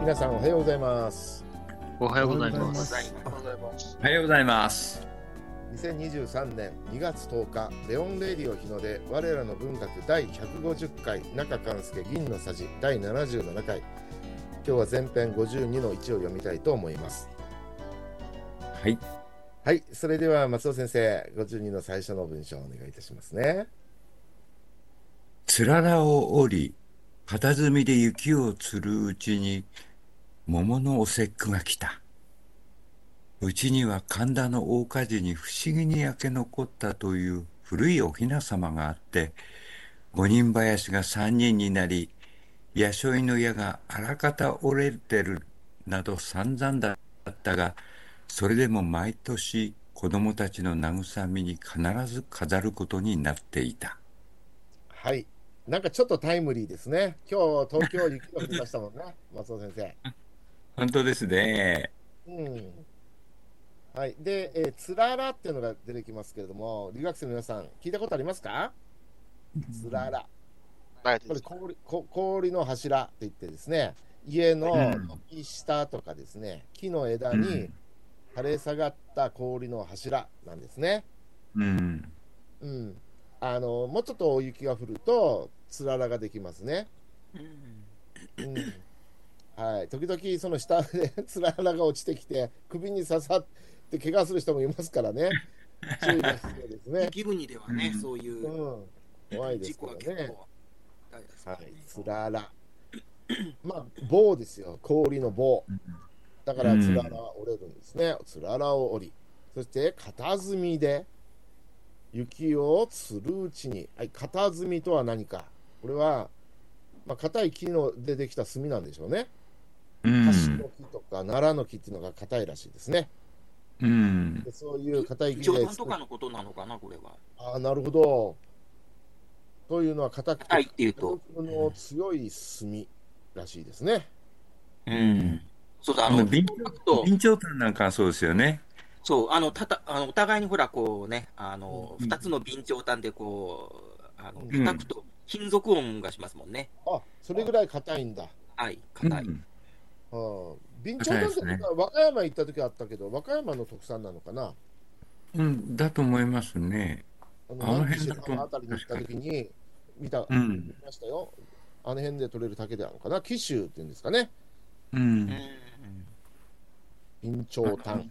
皆さんおはようございます。おはようございまおす。はおはようございます。 2023年2月10日、レオンレディオ日の出、我らの文学第150回、中勘介銀のさじ第77回。今日は前編52の1を読みたいと思います。はい。はい、それでは松尾先生、52の最初の文章をお願いいたしますね。つららを折り、片隅で雪を釣るうちに、桃のお節句が来た。うちには神田の大火事に不思議に焼け残ったという古いお雛様があって、五人林が三人になり、夜宵の矢があらかた折れてるなど散々だったが、それでも毎年子供たちの慰みに必ず飾ることになっていた。はい、なんかちょっとタイムリーですね。今日東京雪が降りましたもんね、松尾先生。本当ですね。うんはい、で、えーつららっていうのが出てきますけれども、留学生の皆さん、聞いたことありますかつらら。はいこれ氷こ、氷の柱って言ってですね、家のうん軒下とかですね、木の枝うにん垂れ下がった氷の柱なんですね。うん。うん。あの、もうちょっと大雪が降ると、つららができますね。うんはい、時々その下でつららが落ちてきて、首に刺さって怪我する人もいますからね、注意が必要ですね。、雪国ではね、うんそういううん怖いで事すけ故はど結ね。構大事ですはからね、い、つらら。まあ、棒ですよ、氷の棒。だから、つららは折れるんですね。つららを折り。そして、片隅で雪をつるうちに。はい、片隅とは何か。これは、まあ、硬い木のでできた炭なんでしょうね。うんカシの木とか奈良の木っていうのが硬いらしいですね。うん。でそういう硬い木冗で談とかのことなのかな、これは。ああ、なるほど。というのは硬くはいて、っていうと、風の強い炭らしいですね。うん。そうだ、ああの、の、備書くと、備長炭なんかはそうですよね。そう、あの、たた、あの、お互いにほら、こうね、あの、うん二つの備長炭でこう、あの、うん叩くと、金属音がしますもんね。あ、それぐらい硬いんだ。はい、硬い。うんうん。備長炭って硬いですことは和歌山行った時あったけど、和歌山の特産なのかな。うん。だと思いますね。ああの南紀辺だと白浜あたりに行った時に見た、う見ん。ましたよ。あの辺で取れる竹なのかな。紀州っていうんですかね。うん。備長炭。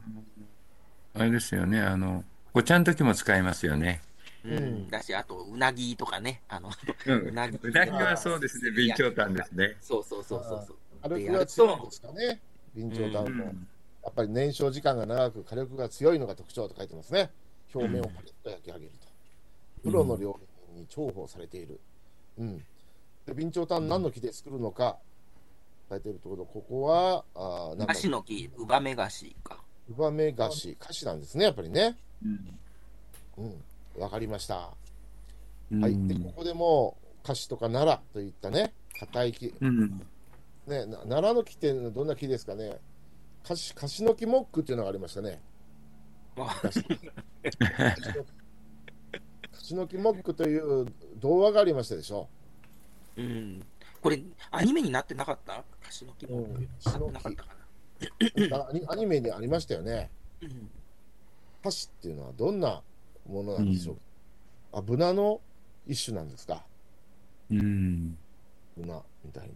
あれですよね。あの、お茶の時も使いますよね。うん。うんだし、あと、うなぎとかね、あの、う。うんなぎ。うなぎはそうですね。備長炭ですね。そうそうそうそうそう。火力が強いんですかね。備長炭うも。ん。やっぱり燃焼時間が長く火力が強いのが特徴と書いてますね。表面をパリッと焼き上げると。うんプロの料理人に重宝されている。うん。で、備長炭何の木で作るのか書いてるところ、ここは、あーなんか菓、子の木、ウバメ菓子か。ウバメ菓子、菓子なんですね、やっぱりね。うんうん。わかりました。うんはい。で、ここでもう、菓子とか奈良といったね、硬い木、ね、うん。な奈良の木ってどんな木ですかね。菓子、菓子の木モックっていうのがありましたね。あカシノキモックという童話がありましたでしょ。うん。これ、アニメになってなかった菓子の木も。うんなってなかったかな。あアニアニメにありましたよね。うん菓子っていうのはどんなものなんでしょうか。あ、ブナの一種なんですか。うん。ブナみたい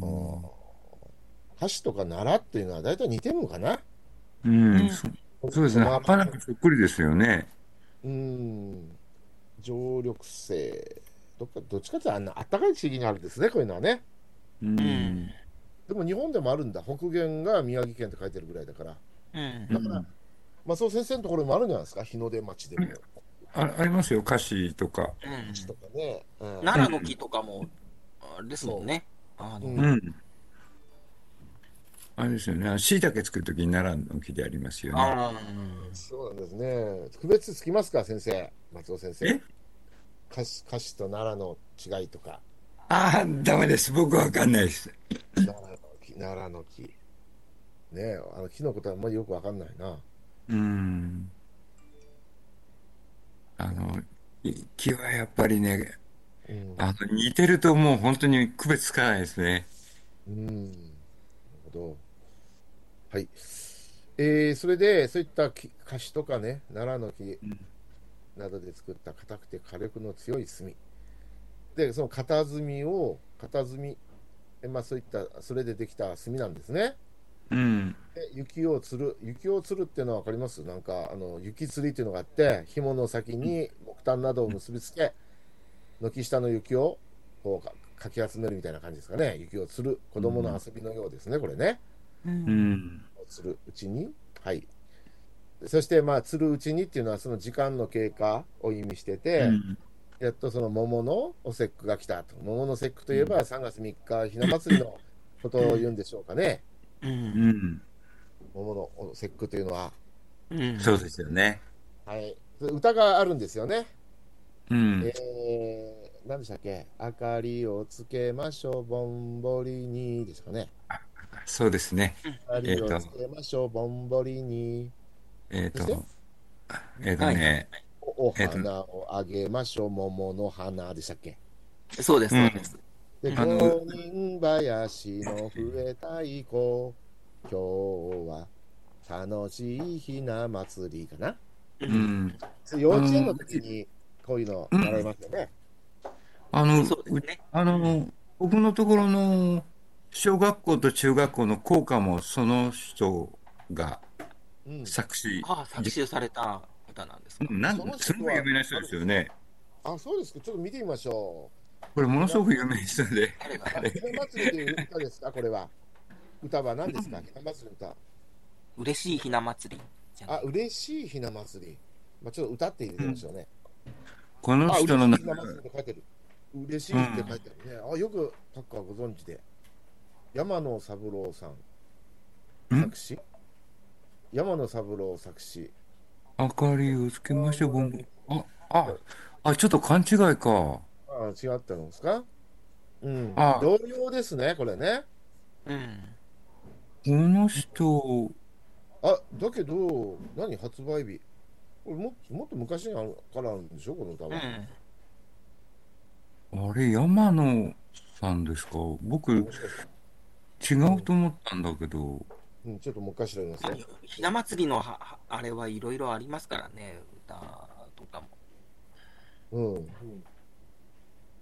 な。うん箸とか奈良っていうのは大体似てるのかな。うん。そそうですね。葉っぱなんかそっくりですよね。うん。常緑性。どっかどっちかっていうとあんな暖かい地域にあるんですね、こういうのはね。うん。でも日本でもあるんだ。北限が宮城県って書いてるぐらいだから。うんだから、松尾先生のところにもあるんじゃないですか、日の出町でも。あありますよ、歌詞とか。うんとかね。うん奈良の木とかも、あれですもんね。あの、うんうん。あれですよね。しいたけ作るときに奈良の木でありますよね。ああ、そうなんですね。区別つきますか、先生、松尾先生え。歌詞歌詞と奈良の違いとか、ああ、ダメです。僕わかんないです。奈良の木、奈良の木。ねえあの木のことはあんまりよくわかんないな。うん。あの、い木はやっぱりね、うん、あの似てるともう本当に区別つかないですね。うん。なるほど。はい。えー、それで、そういったき菓子とかね、奈良の木うんなどで作った硬くて火力の強い炭。で、その型炭を、型炭、えまあそういった、それでできた炭なんですね。うん。で雪を吊る、雪を吊るっていうのは分かりますなんか、あの、雪吊りっていうのがあって、紐の先に木炭などを結びつけ、軒下の雪をこうかかき集めるみたいな感じですかね。雪を吊る、子供の遊びのようですね、これね。うん。するうちに、はい、そしてまあ釣るうちにっていうのはその時間の経過を意味してて、うんやっとその桃のお節句が来たと桃の節句といえば3月3日ひな祭りのことを言うんでしょうかね、うん。うん。桃のお節句というのは、うん。そうですよね。はい、それ歌があるんですよね、うん。えー、何でしたっけ明かりをつけましょうぼんぼりにですかねそうですね。明かりをつけましょうぼんぼりにえっ、そしてと、えっ、とね、おおえっと花をあげましょう桃の花でしたっけそうです、そうです。で、うん五人林の笛太鼓、今日は楽しいひな祭りかな。うん。幼稚園の時にこういうの習いますよね。あの、そうですね。あの、僕のところの小学校と中学校の校歌もその人がうん。作詞、ああ、作詞された方なんですか。うんなんその人はすごい有名な人ですよね。あ、そうですか。ちょっと見てみましょこれものすごく有名な人で、誰がう。あひな祭りという歌ですか、 これは。歌は何ですか、ひな祭りの歌。嬉しいひな祭りじゃなあ、い。嬉しいひな祭り。まあ、ちょっと歌って入れてみましょうね。このあ、嬉人のしいひ名な祭りって書いてる。嬉しいって書いてあるね。あ、よくタッカーご存知で。山野三郎さん。ん作詞山野三郎作詞明かりをつけましょう、ボンボン。あ、あ、あ、ちょっと勘違いか。あ違ったのですかうんあ同様ですねこれねうん。この人、あだけど何発売日これももっと昔にあるからあるんでしょこの歌うは、ん。あれ、山野さんですか僕、違うもしかしてと思ったんだけど、うん、ちょっともう一回調べますあねひな祭りのははあれはいろいろありますからね、歌とかも。うん、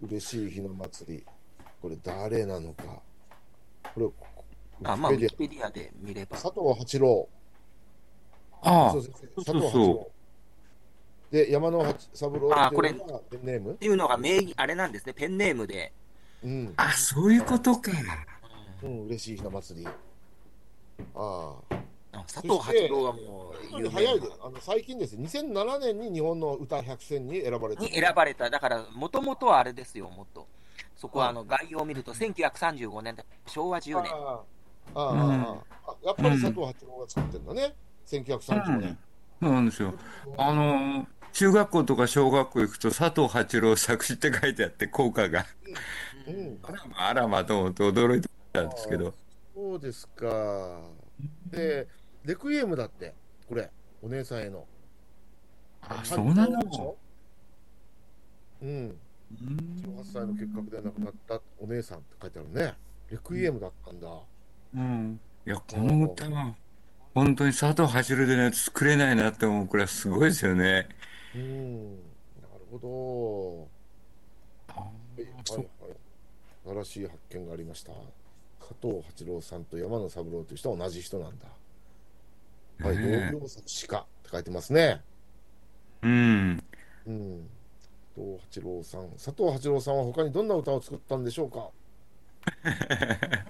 嬉しい日の祭りこれ誰なのかこれあまあ、ウウィィキペキデペディアで見ればィア。佐藤八郎あそうそうそうそうそう佐藤八郎で山野八三郎あっーこていうれのはペンネームっていうのが名義、あれなんですね、ペンネームで。うんあ、あ、そういうことか。うん、嬉しいひな祭り。ああ。あ佐藤八郎がもう有名な早いであの最近です。2007年に日本の歌百選に選ばれてに選ばれた、だから、もともとはあれですよ、もっと。そこはあの概要を見ると、1935年だ、昭和10年。ああああ、うんあああやっぱり佐藤八郎が作ってるんだね。1935年。そうなんですよ。あの、中学校とか小学校行くと佐藤八郎作詞って書いてあって、校歌が。 うんあらま、あらまと思って驚いたんですけど。そうですか。で、レクイエムだって、これ、お姉さんへの。あ、そうな誕生日でしのょうん。18歳の結核で亡くなったお姉さんって書いてあるね。レクイエムだったんだ。うん。いや、この歌は、本当に佐藤八郎でないと作れないなって思う。これはすごいですよね。うん、なるほあど。はい、そうはい、はい。新しい発見がありました。加藤八郎さんと山野三郎という人は同じ人なんだ。はい、ねえ同様作詞家って書いてますね。うん。うん。加藤八郎さん、佐藤八郎さんは他にどんな歌を作ったんでしょうか。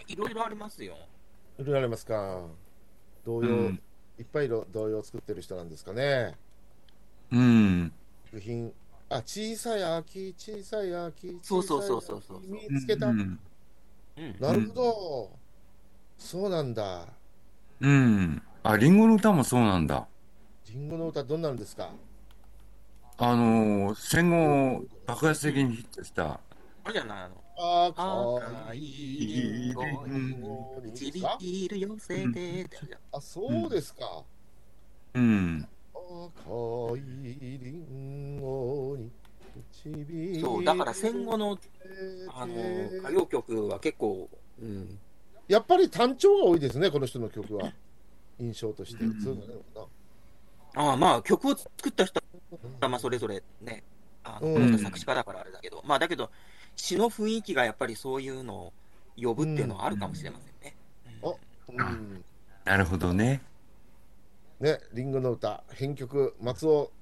いろいろありますよ。いろいろありますか。同様、うんいっぱいの同様を作ってる人なんですかね。うん。部品。あ、小さい秋、小さい秋、そうそうそう小さい秋そうそう見つけた。うん。うん。なるほど。そうなんだ。うん。あ、リンゴの歌もそうなんだ。リンゴの歌どんなんですか。あの、戦後、爆発的にヒットした。あれじゃないあの。あああ、いいいリンゴいちびきる寄せてってあるじゃん。あ、そうですか。うん。赤いリンゴに唇そう、だから戦後のあの歌謡曲は結構、うん、やっぱり単調が多いですね、この人の曲は。印象として。うんそういうのねかああまあ曲を作った人はまあそれぞれねあの、うん作詞家だからあれだけどまあだけど詩の雰囲気がやっぱりそういうのを呼ぶっていうのはあるかもしれませんね、うんおな。うん。なるほどね。ね、リンゴの歌、編曲、松尾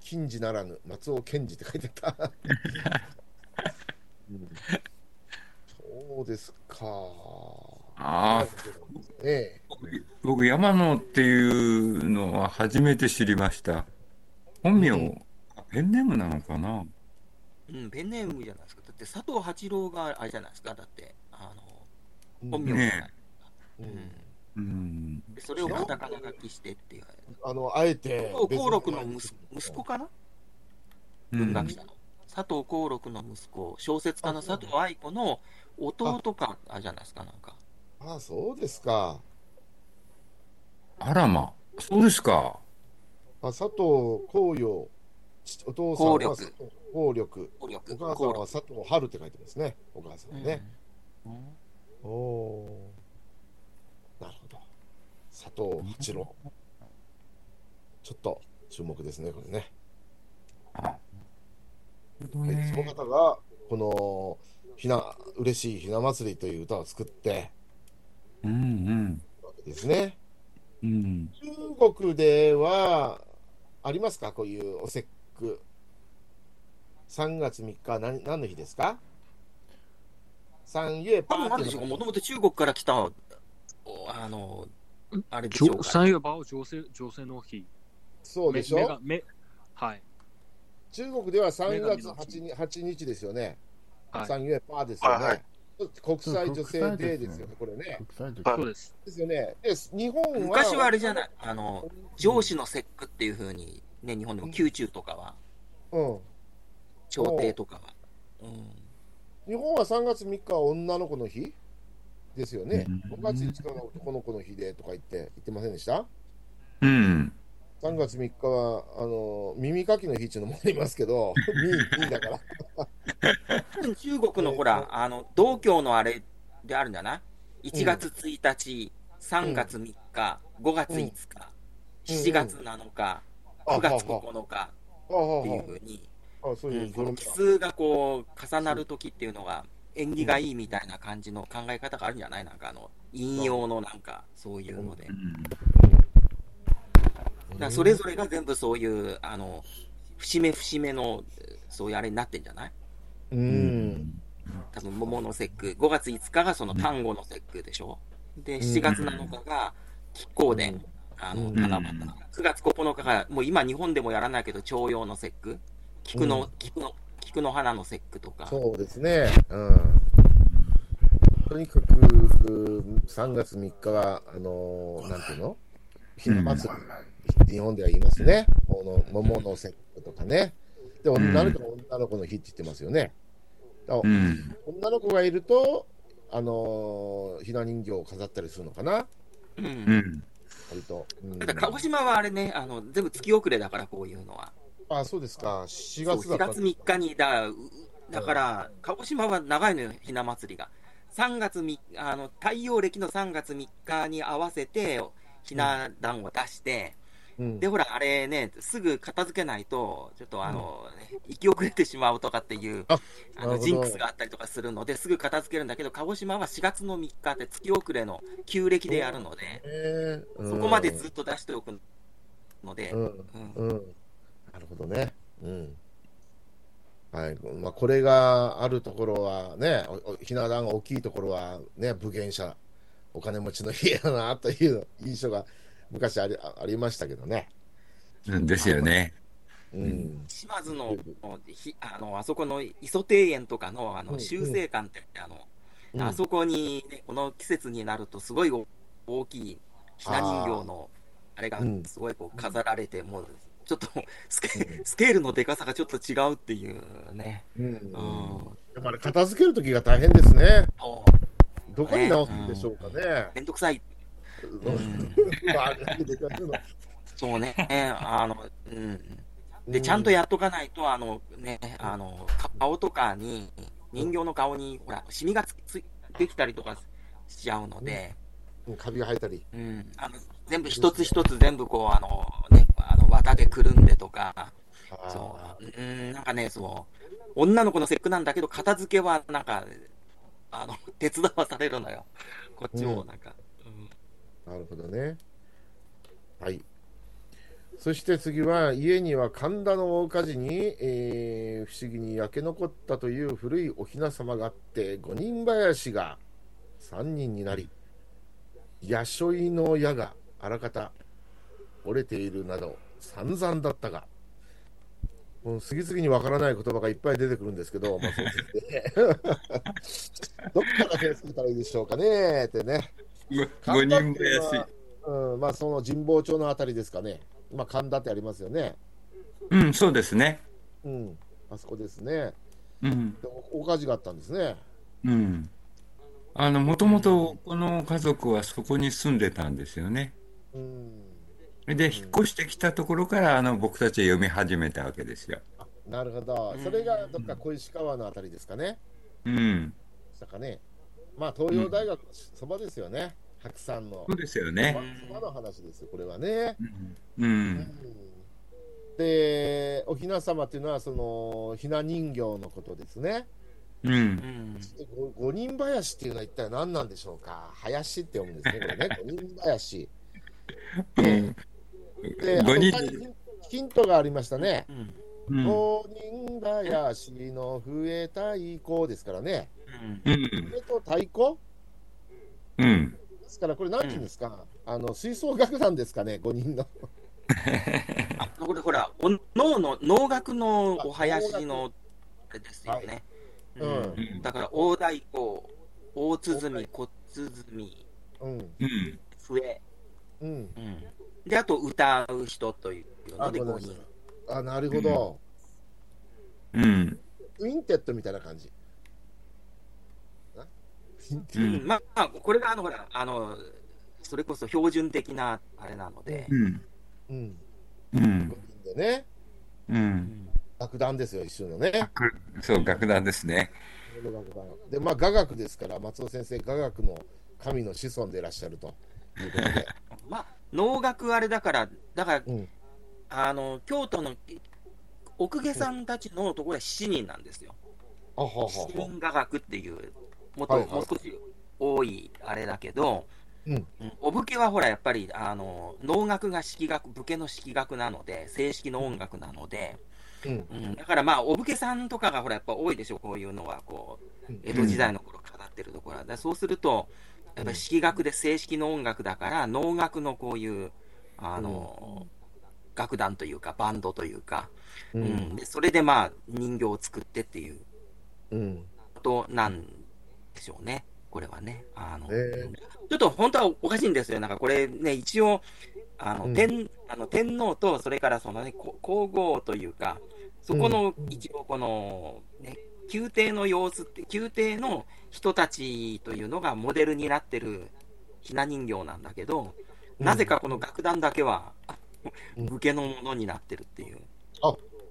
金次ならぬ、松尾健二って書いてた。うんそうですか。ああ、ええ。僕、山野っていうのは初めて知りました。本名、うんペンネームなのかなうん、ペンネームじゃないですか。だって佐藤八郎があれじゃないですか。だって、あの、本名うんが、ねうんうん。でそれをカタカナ書きしてっていう。あの、あえて。佐藤幸禄の息子息子かなうん文学者の。佐藤幸禄の息子、小説家の佐藤愛子の弟か、あれじゃないですか、なんか。ああ、そうですか。あらま、そうですか。あ佐藤光陽、ちお父さん光は力佐藤光力、幸禄。お母さんは佐藤春って書いてますね、お母さんは幸禄ね。うんうんおおー。なるほど。佐藤八郎。ちょっと注目ですね、これね。あはい、その方が、この、ひな、嬉しいひな祭りという歌を作って、うんですね。うん。うん。中国では、ありますかこういうお節句。3月3日、何何の日ですか三月多パ分ーなっんてでいしうょうか、のもがともと中国から来た、おあの、あれでしょう女か。三月八号女性女性の日。そうでしょめめはい。中国では3月女神 8, 8日ですよね。はい三月パーですよね。はい国際女性そうデー国際ですねですよね、これね。国際的はいそうです。ですよね。で、日本は。昔はあれじゃない、あの、上司の節句っていうふうに、ね、日本でも宮中とかは、うん。朝廷とかは。うん、日本は3月3日は女の子の日ですよね。うん5月5日は男の子の日でとか言って、言ってませんでしたうん。 3月3日は、あの、耳かきの日っていうのもありますけ ど、ミーだから。中国のほら、あの、道教のあれであるんだな。1月1日、3月3日、5月5う日、ん7月7日、あ9月は9日あはあっていうはふうに、ああ、そうういんう、こそのの奇数がこう、重なる時っていうのが、縁起がいいみたいな感じの考え方があるんじゃないなんかあの、引用のなんか、そういうので。だからそれぞれが全部そういう、あの、節目節目の、そういうあれになってんじゃないうん。多分、桃の節句。5月5日がその単語の節句でしょで、7月7日が、気候で、あうの、ん七夕。9月9日が、もう今日本でもやらないけど、徴用の節句。菊うの、菊の、菊の花の節句とか。そうですね。うん。とにかく3月3日は、あのーなんていうのひな祭り、日本では言いますね。この桃の節句とかね。で、ん女の子の女の子の日って言ってますよね。だうからん。女の子がいると、あのーひな人形を飾ったりするのかなうん。うん。割と。うんだって鹿児島はあれね、あの、全部月遅れだから、こういうのは。あ、そうですか。4そう月だ4った月3日にだ、うだから、鹿児島は長いのよ、ひな祭りが。3月3あの、太陽暦の3月3日に合わせて、ひな壇を出して、うんで、ほら、あれね、すぐ片付けないと、ちょっとあの、ね行き遅れてしまうとかっていう、あなあるのほどジンクスがあったりとかするので、すぐ片付けるんだけど、鹿児島は4月の3日って月遅れの旧暦でやるので、えーうんそこまでずっと出しておくので、うん。うんうん、なるほどね。うん。はい。まあ、これがあるところはね、おおひな壇が大きいところはね、武芸者、お金持ちの家だなという印象が昔ありあありましたけどね。うん。ですよね。うん。うん島津のひあのあそこの磯庭園とかのあうんうのん修正館って、あのうんあそこに、ね、この季節になるとすごいお大きいひな人形のあれがうんすごいこう飾られて、もうちょっとスケスケールのでかさがちょっと違うっていうね、うんうんやっぱり片付けるときが大変ですね。おどこに直すんでしょうかね。めんどくさい、ううん ん、まあ開けていかれるのそうねあの、うん、でちゃんとやっとかないとあの、ね、あの顔とかに人形の顔にほらシミがつつできたりとかしちゃうので、うんカビが生えたり。うん、あの全部一つ一つ全部こう、あの、ね、あの綿でくるんでとか、あーそう、うん、なんかね、そう、女の子の節句なんだけど、片付けはなんか、あの、手伝わされるのよ。こっちもなんか。うんなるほどね。はい。そして次は、家には神田の大火事に、えー不思議に焼け残ったという古いお雛様があって、五人林が3人になり、夜所いの矢があらかた折れているなど、散々だったが、もう次々にわからない言葉がいっぱい出てくるんですけど、まあ、そうですね どっから手をつけたらいいでしょうかねってね。五人林。うん、まあその神保町のあたりですかね。まあ神田ってありますよね。うん、そうですね。うん、あそこですね。うん。でも大火事があったんですね。うん。あの、もともとこの家族はそこに住んでたんですよね。うん、で、引っ越してきたところから、あの、僕たちは読み始めたわけですよ。なるほど。それがどっか小石川のあたりですかね。うん。したかね。まあ東洋大学のそばですよね。白山のそう。ですよそばね。そばの話ですよ、これはね。うう。んんで、お雛様っていうのは、その、ひな人形のことですね。う。うんんでご五人林っていうのは一体何なんでしょうか林って読むんですね、これね。五人林。うん。で、あ五と人ヒンヒントがありましたね。うんうん。五人林の笛太鼓ですからね。うんうん。笛と太鼓うん。ですから、これ何て言うんですか、あの、吹奏楽団ですかね、五人の。あこれほら、お能の、能楽のお囃子の、あれですよね。ううんん。だから、大太鼓、大鼓、小鼓、うん。うん。笛。うん。うんで、あと、歌う人というのあ、で、ごめん5なさい人。あ、なるほど。うん。ウィンテッドみたいな感じ。なウィンテうッんうんまあ、まあこれが、あの、ほら、あの、それこそ標準的なあれなので、うん。ド。うん。うん五。人でね、うん。楽団ですよ、一種のね。そう、楽団ですね。楽団で、まあ、雅楽ですから、松尾先生、雅楽の神の子孫でいらっしゃるということ で。まあ、能楽あれだから、だから、うんあの、京都の奥下さんたちのところは7人なんですよ。あはは七は人雅楽っていう、もっはと、いはいもう少し多いあれだけど、うんお武家はほら、やっぱり、あの、能楽が式楽、武家の式楽なので、正式の音楽なので、うんうんだからまあ、お武家さんとかがほら、やっぱ多いでしょ、こういうのは、こう、うん江戸時代の頃飾ってるところは。だからそうすると、やっぱり式楽で正式の音楽だから、能楽のこういう、あの、楽団というか、バンドというか、ううんんでそれでまあ、人形を作ってっていううんことなんでしょうね、これはね。あの、えちょっと本当はおかしいんですよ。なんかこれね、一応、あの、うん天、あの、天皇と、それからそのね、こ皇后というか、そこのう、ん一応この、ね、宮廷の様子って、宮廷の人たちというのがモデルになってるひな人形なんだけど、うんなぜかこの楽団だけは、あうん武家のものになってるっていう。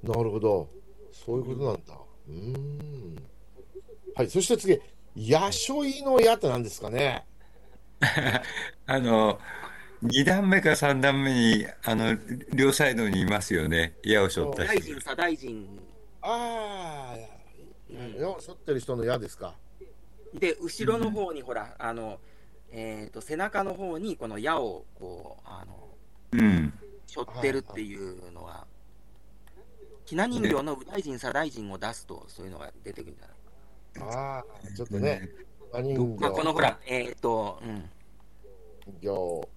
なるほどそういうことなんだうーんはいそして次野所いの矢って何ですかねあの、二段目か三段目に、あの、両サイドにいますよね。矢を背負った大人臣、。左大臣ああ矢を背負ってる人の矢ですかで、後ろの方にほら、あの、えっ、と、背中の方にこの矢を、こう、あの、うん。しょってるっていうのは、ひな人形の右大臣、左大臣を出すと、そういうのが出てくるんじゃないああちょっとね馬人まあ、こ形のほら、えっ、と、うん、行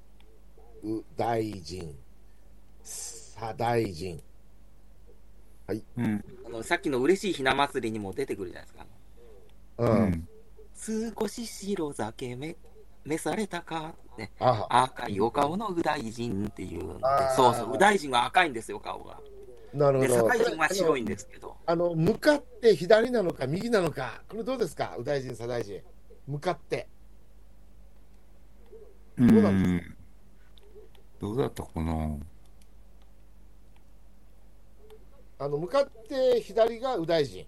右大臣左大臣うん。あのさっきの嬉しいひな祭りにも出てくるじゃないですか。ううんん。少し白酒め召されたか、ね、あ赤いお顔の右大臣っていうのであーそうそう、右大臣は赤いんですよ、顔が。なるで、左ほど大臣は白いんですけど、あの向かって左なのか右なのか、これどうですか、右大臣、左大臣、向かって、うんどうなんでどうだったかな。あの向かって左が右大臣、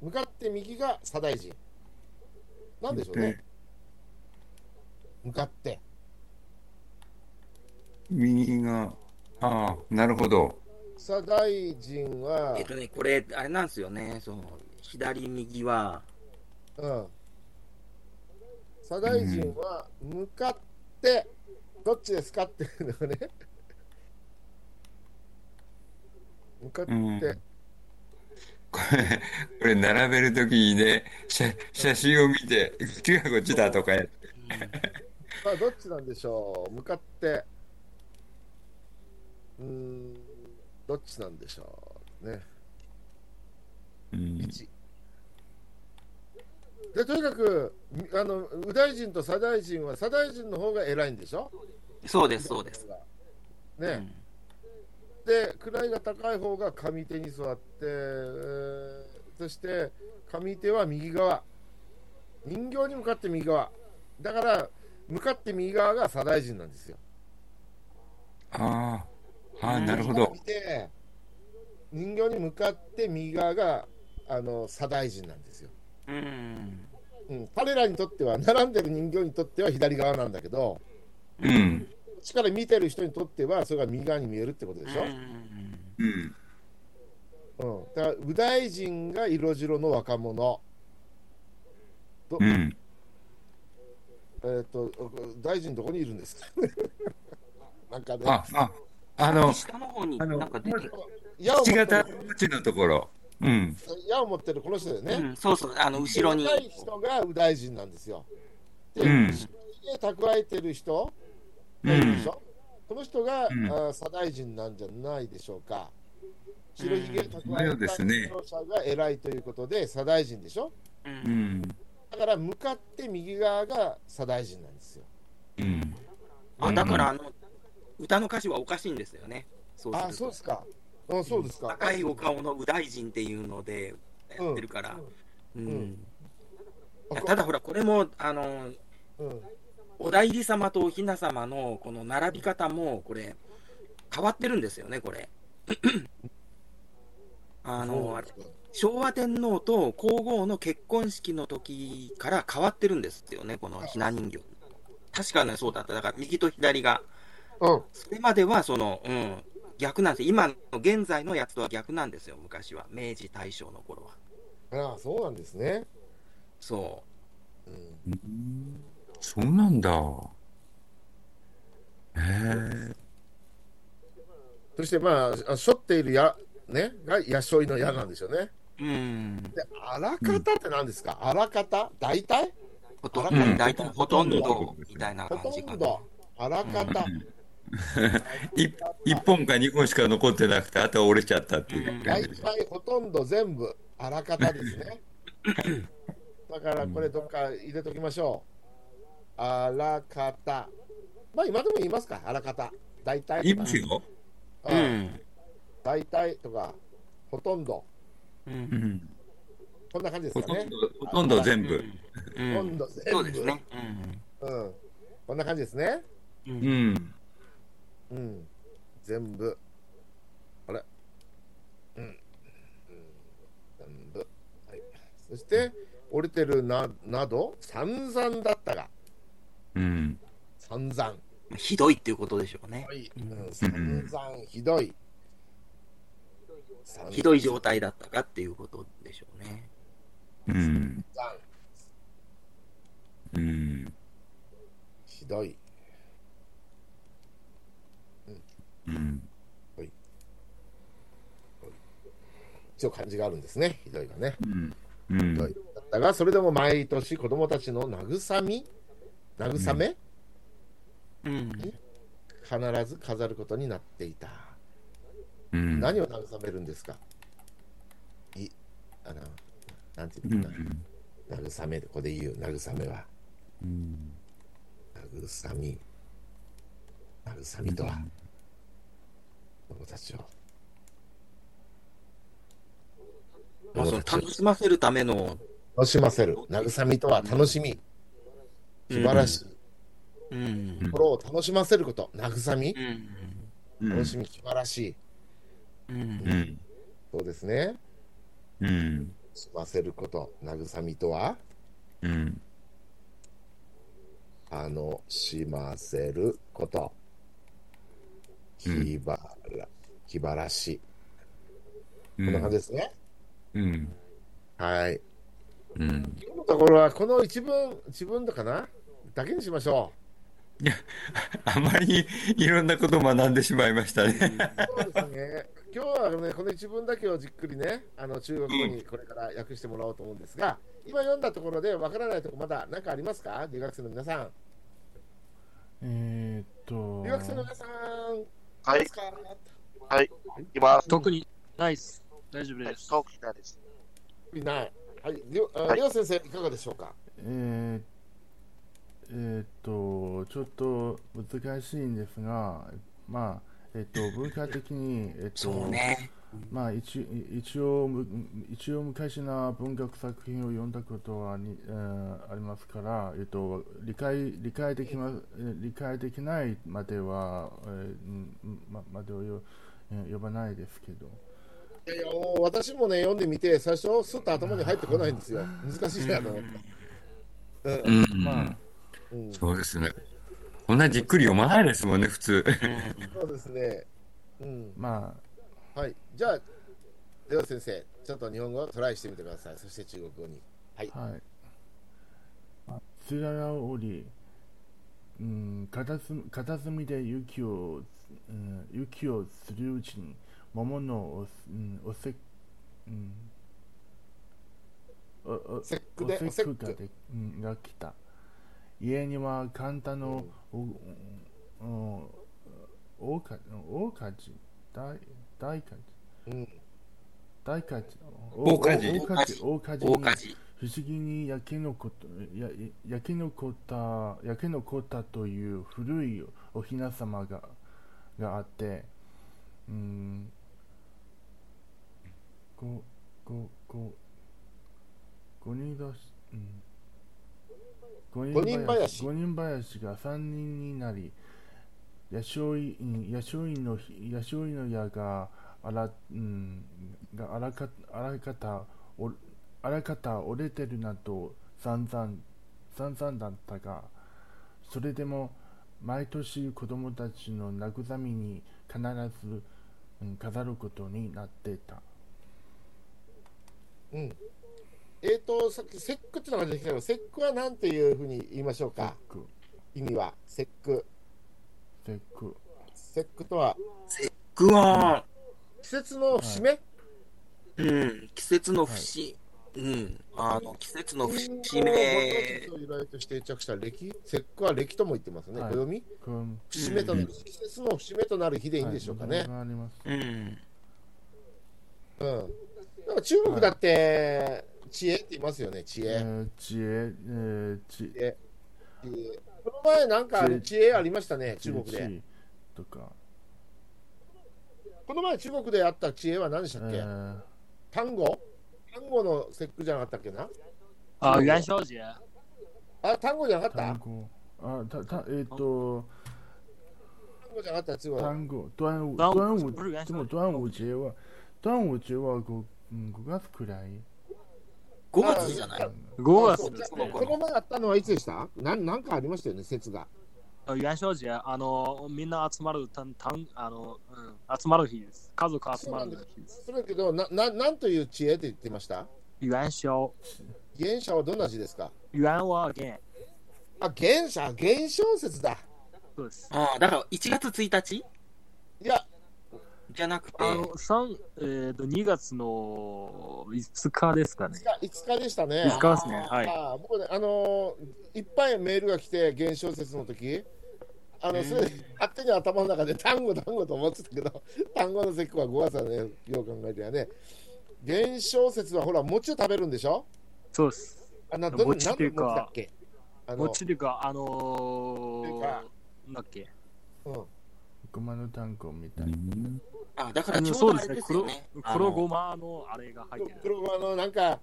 向かって右が左大臣、なんでしょうね、向かって、右が、ああ、なるほど。草大臣はえっ、とね、これ、あれなんですよね、その左、右は、うん。左大臣は向かって、どっちですかっていうのをね。向かって、うん これ、これ並べるときにね、写、写真を見て、こっちがこっちだとかやって、さあどっちなんでしょう向かって。うーん、どっちなんでしょうね。うん、 1でとにかくみあの右大臣と左大臣は左大臣の方が偉いんでしょそうです、そうです。うね、んで位が高い方が上手に座って、えーそして上手は右側人形に向かって右側だから向かって右側が左大臣なんですよああ、ああ、なるほど。で人形に向かって右側があの左大臣なんですようん。うん、彼らにとっては、並んでる人形にとっては左側なんだけど、うん、こっちから見てる人にとっては、それが右側に見えるってことでしょう。んうん、うん、だから、右大臣が色白の若者、うん。えっ、と、大臣どこにいるんですか なんかね、あ、あ、あの、下の方にあのなんか出てる。矢を持七って型る、の口のところ。うん、矢を持ってるこの人だようね。ん、そうそう、あの後ろに若い人が右大臣なんですよ。で、う後ろんに蓄えてる人、ういるでんし。ょこの人が、うんあー左大臣なんじゃないでしょうか。白ひげ蓄のえようでたすね指導者が偉いということで、左大臣でしょううんん、だから向かって右側が左大臣なんですよ。うん。あだからあの歌の歌詞はおかしいんですよね。そうあ、すそうるですか。あ、そうですとか。高いお顔の右大臣っていうのでやってるから。うんんういんやただほら、これもあのうん。お代理様とお雛様のこの並び方もこれ変わってるんですよね、こ れ。あの昭和天皇と皇后の結婚式の時から変わってるんですよね、このひな人形。確かね、そうだった。だから右と左が。うん。それまではその、うん、逆なんですよ。今の現在のやつとは逆なんですよ、昔は。明治大正の頃は。ああ、そうなんですね。そうん。うんそうなんだ。へえ。そして、まあ、あ背負っている矢、ね、が野生の矢なんでしょうね。う。うん。で、あらかたって何ですか、あらかた大体ほとうんんど、大体ほとんど、みたいなほ感じとかんな。ど、あらかた。い一本か二本しか残ってなくて、あとは折れちゃったっていう感大じで。体ほとんど全部あらかたです ね。だからこれどっか入れときましょう。あらかた。まあ今でも言いますか、あらかた。大体いとかますよ。ううんん。大体とか、ほとんど。う。うんん。こんな感じでほすかとんね。ど、ほとんど全部。うほとんんど全部。そうですね。うん。こんな感じですね。うん。ううんん。うん。全部。あれうん。うん全部。はい。そして、折れてるな、など、散々だったが、うん。散々。ひどいっていうことでしょうね。うん、散々ひどい。ひどい。い状態だったかっていうことでしょうね。うん。散々うん。ひどい。うん。一応漢字があるんですね。ひどいがね。うん。ひどい。だったが、それでも毎年子供たちの慰み、慰め、うん。必ず飾ることになっていた。うん。何を慰めるんですかい、あの、なんてういうのかん。な。慰め、ここで言う、慰めは。うん。慰み、慰みとは、子供たちを。まあ、その子供たちを楽しませるための、楽しませる。慰みとは楽しみ。素晴らしい。うん。心を楽しませること。慰みう。ん。うん。楽しみ、素晴らしい。うん。うん。そうですね。うん。楽しませること。慰みとはうん。楽しませること。うん気晴ら、気晴らしい。うんこんな感じですね。うん。はい。うん。今日のところは、この一文、一文だかなだけにしましょあまりにいろんなことを学んでしまいましたね。う。そうですね。今日はね、この一文だけをじっくりね、あの中国語にこれから訳してもらおうと思うんですが、今読んだところでわからないところまだ何かありますか留学生の皆さん。えーっと留学生の皆さん、はでいす、かいます。特にないっす。大丈夫はいです。特にないです。いない。はい、りょ、あはいりょう先生、いかがでしょうか。えーえーっとちょっと難しいんですがまあえーっ と文化的にえーっとそうね。まあ一一応む一応昔な文学作品を読んだことはに、えーありますから、えっと、理解理解できまえー理解できないまでは、えーうんままでをよえー呼ばないですけど、いやいや、もう私もね、読んでみて、最初、すっと頭に入ってこないんですよ。難しいなと思って。うん。まあうん、そそうですね。こんなじっくり読まないですもんね、普通。うですね。うん、まあはい、じゃあ、りょう先生、ちょっと日本語をトライしてみてください。そして中国語に。はい。つららを折り、うん、片隅片隅で雪を、うん、雪をするうちに、桃のお,、うん、おせ、うん、おお節句でおせっくおが節句で、うん、が来た。家には簡単の、おおお大火大火事大大火事うん、大火事大火事大火事大火事大に火事。不思議に焼け残ったや焼け残った焼け残ったという古いお雛様ががあってうんごごご五人だし、うん、五五人林五人林が三人になり野鳥院野鳥院の野鳥院の矢があら,、うん、があらかあらかたおあらかた折れてるなと散々散々だったがそれでも毎年子供たちの慰みに必ず、うん、飾ることになっていたうん。えーと、さっき、節句っていうのが出てきたけど、節句はなんていうふうに言いましょうか。ク意味は、節句。セク節句とは、ぐわ季節の節目、ーうん。季節の節。うん。あの、季節の節目。由来として定着した歴、節句は歴とも言ってますね。はい暦君節目となる、季節の節目となる日でいいんでしょうかね。ありますうん。うん。なんか中国だって、知恵って言いますよね、知恵。えー、知恵、えー、知知恵この前なんか知恵知恵ありましたね、中国知で。恵とか、この前中国であった知恵は何でしえたっけ、ー、単語単語の節句じゃなかったっけなあ、元宵节。あ、単語じゃなかった単単語あたたえっ、ー、と語じゃなかった、中国。単語端午端午端午不是元宵でも端午節は端午節は五うん五月くらい5月じゃない5そ月うですこね。の前あったのはいつでしたなんなんかありましたよね、節が。元宵節、あの、みんな集まる、たんたんあの、うん、集まる日です。家族集まる日です。それだけど、な、ななんという知恵って言ってました元宵。原社はどんな字ですか元は元。あ、原社、原小説だ。そうです。ああ、だから1月1日いや、じゃなくて、あの、三えー、と2月の5日ですかね。 5日でしたね。 5日ですね。はい。ああ僕ね、あのーいっぱいメールが来て、現小説の時あのそれで勝手に頭の中で単語、単語と思ってたけど、単語の節句は5月だね、よう考えてやね。現小説はほら、餅を食べるんでしょそうです。あなどん餅っていうか何の餅だっけあのこっちというか、あのというー、かなんだっけ。うん、ごまの単語みたいあだかあらのちょうそどうあですれねで。すよ黒ね。黒ごまのあれが入ってる。黒ごまのなんか、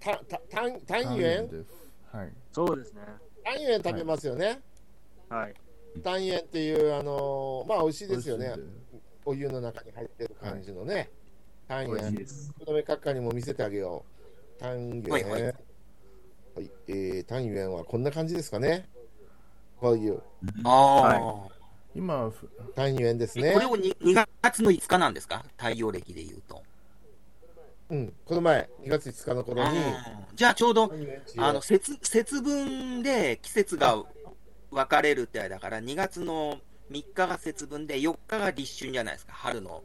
たた単単な元ですはいそうですね。単元食べますよね。はい。単元っていう、あのーまあ、美味しいですよね美味。お湯の中に入ってる感じのね。単美味し元い。です。とどめ閣下にも見せてあげよう。単元。はいはいはいえー単元はこんな感じですかね。和牛。あ今、ふ単円ですあ、ねこ。れを 2, 2月の5日なんですか太陽暦で言うと。うん、この前、2月5日の頃に、あーじゃあちょうど単円中あの節節分で季節が分かれるってあれだから、2月の3日が節分で、4日が立春じゃないですか、春の。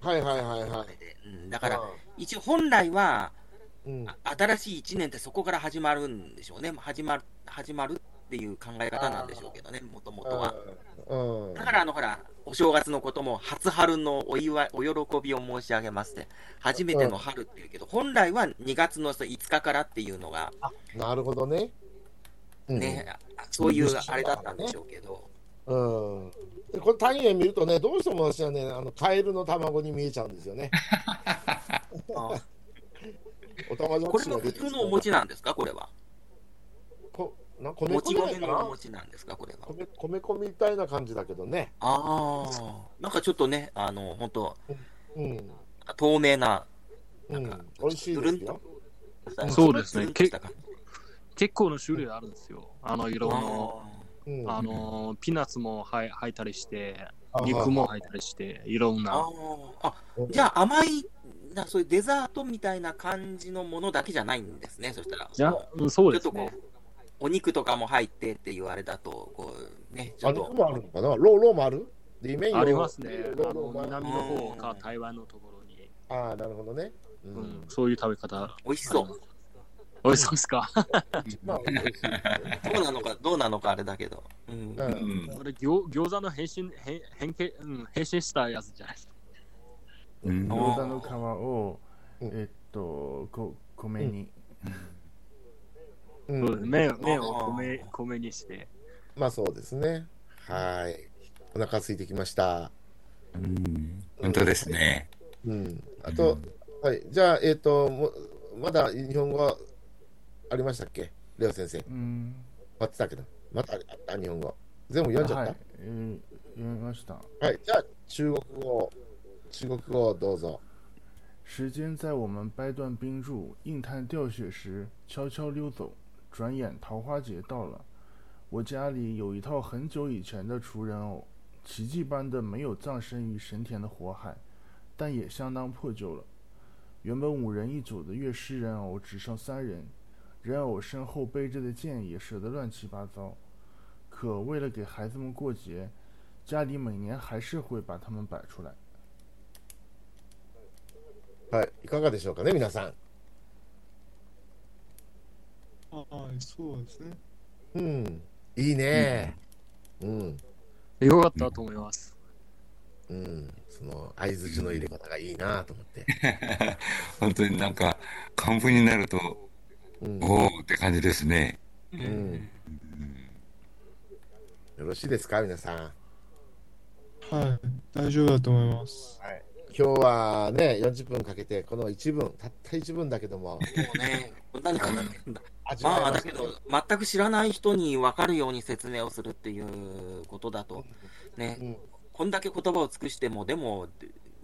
はいはいはいはい。でうん、だから、一応本来は、うん、あ新しい1年ってそこから始まるんでしょうね、始まる始まるっていう考え方なんでしょうけどね、もともとは。うん、うんだから、あのほら、お正月のことも、初春のお祝い、お喜びを申し上げますって、初めての春っていうけど、本来は2月の5日からっていうのが、なるほどね。うんね、あそういうあれだったんでしょうけど、うん、でこれ単円見るとね、どうしても私はね、あのカエルの卵に見えちゃうんですよね。あおたまじょくこれしもが普出てき通てのお餅なんですか、これは。こなも米粉ちじゃな米いかのおな餅なんですか、これは。米米粉みたいな感じだけどね。ああ、なんかちょっとね、あの本当、うん、透明な、うなんかん、美味しいですよ。そうですねつるんとした感じ結構の種類あるんですよ。あの色の、うん、あのピーナッツもはい入ったりして、あ肉も入ったりして、いろんあな。ーあ、じゃあ甘い、なそういうデザートみたいな感じのものだけじゃないんですね、そしたら。じゃもううんちそうょでっすとこう、ね。お肉とかも入ってっていうあれだと、こう、ね、ちょあっ肉と。もあるのかなローローもあるでメインのありますね。ロあーロのーもある南の方か台湾のところに、ああ、なるほどね。うんうん、そういう食べ方。美味しそう。おいしそうですかまあ、美味しいどうなのか、どうなのかあれだけど。うんううんんこれ餃餃子の変身変変形、うん、変身したやつじゃないですか。うんお餃子の皮を、うんえっと、こ米に、うんそうです麺麺を米米にして。まあそうですね。はい。お腹空いてきました。うん本当ですね。うん。あと、はい。じゃあ、えっ、とも、まだ日本語ありましたっけレオ先生。うん、待ってたけど。またあった、日本語。全部読んじゃっはたい、えー読みました。はい、じゃあ、中国語、中国語をどうぞ。时间在我们掰断冰柱、硬探吊雪时悄悄溜走，转眼桃花节到了。我家里有一套很久以前的厨人偶，奇迹般的没有葬身于神田的火海，但也相当破旧了。原本五人一组的乐师人偶只剩三人，人偶身后背着的剑也折得乱七八糟。可为了给孩子们过节，家里每年还是会把他们摆出来。はい、いかがでしょうかね、皆さん。はい、そうですね。うん、いいね。うん、よかったと思います。うん、その相づちの入れ方がいいなと思って。本当になんか、漢文になると、 うん、よおおって感じですね。んろしいですか、皆さん。はい、大丈夫だと思います。今日はね、40分かけて、この1文、たった1文だけども、もうね、こんなに考えんだ。味わえまあ、まだしけたねど、全く知らない人に分かるように説明をするっていうことだと、ね、うんこんだけ言葉を尽くしても、でも、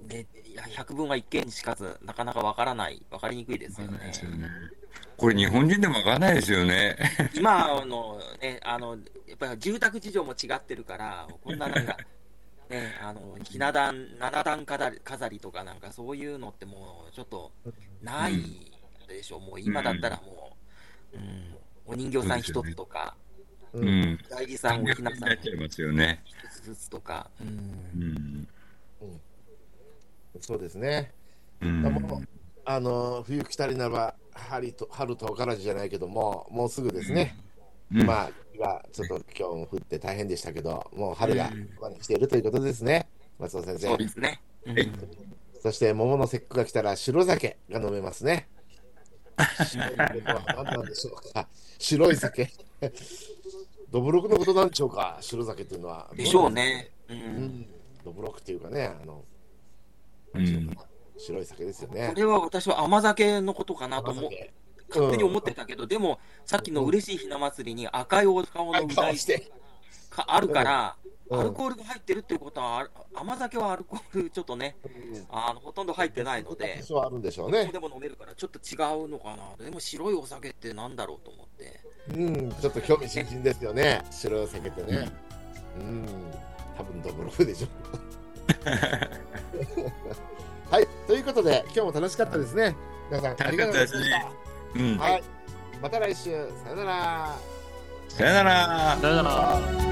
でいや百聞は一見にしかず、なかなか分からない、分かりにくいですよね。これ日本人でもわかんないですよね。今のね、あの、やっぱり住宅事情も違ってるから、こんななんか、ね、あの、ひな壇、七段飾り飾りとかなんかそういうのってもうちょっとないでしょ、もう今だったらもう、うん、お人形さん一つとか、ううんん。代理さ簡ん、お略ひなにさなっんちゃいますよね。一つずつとか、う、うんん。そうですね。うだからもんう。あの冬来たりならば春と春とからじじゃないけどももうすぐですね、うんまあ今ちょっと今日も降って大変でしたけどもう春がここに来ているということですね松尾先そう生ですね。うんえそして桃の節句が来たら白酒が飲めますね白い酒とは何なんでしょうか白い酒どぶろくのことなんでしょうか白酒っていうのはでしょうね。う。うんんどぶろくっていうかねあのうん。白い酒ですよこねれは私は甘酒のことかなと思う甘。酒勝手に思ってたけど、でも、さっきの嬉しいひな祭りに赤いお顔のはい歌顔いしてかあるから、うんアルコールが入ってるっていうことは、あ甘酒はアルコールちょ っとね、あのほとんど入ってないので多、少あるんでしょうここね。でも飲めるから、ちょっと違うのかな、でも白いお酒ってなんだろうと思って、うん、ちょっと興味津々ですよね。白いお酒ってね。うん、多分ドブロフでし ょう。はい、ということで、今日も楽しかったですね。皆さん、ありがとうございま楽ししかた。うん。はい、また来週、さよなら。さよなら。だから。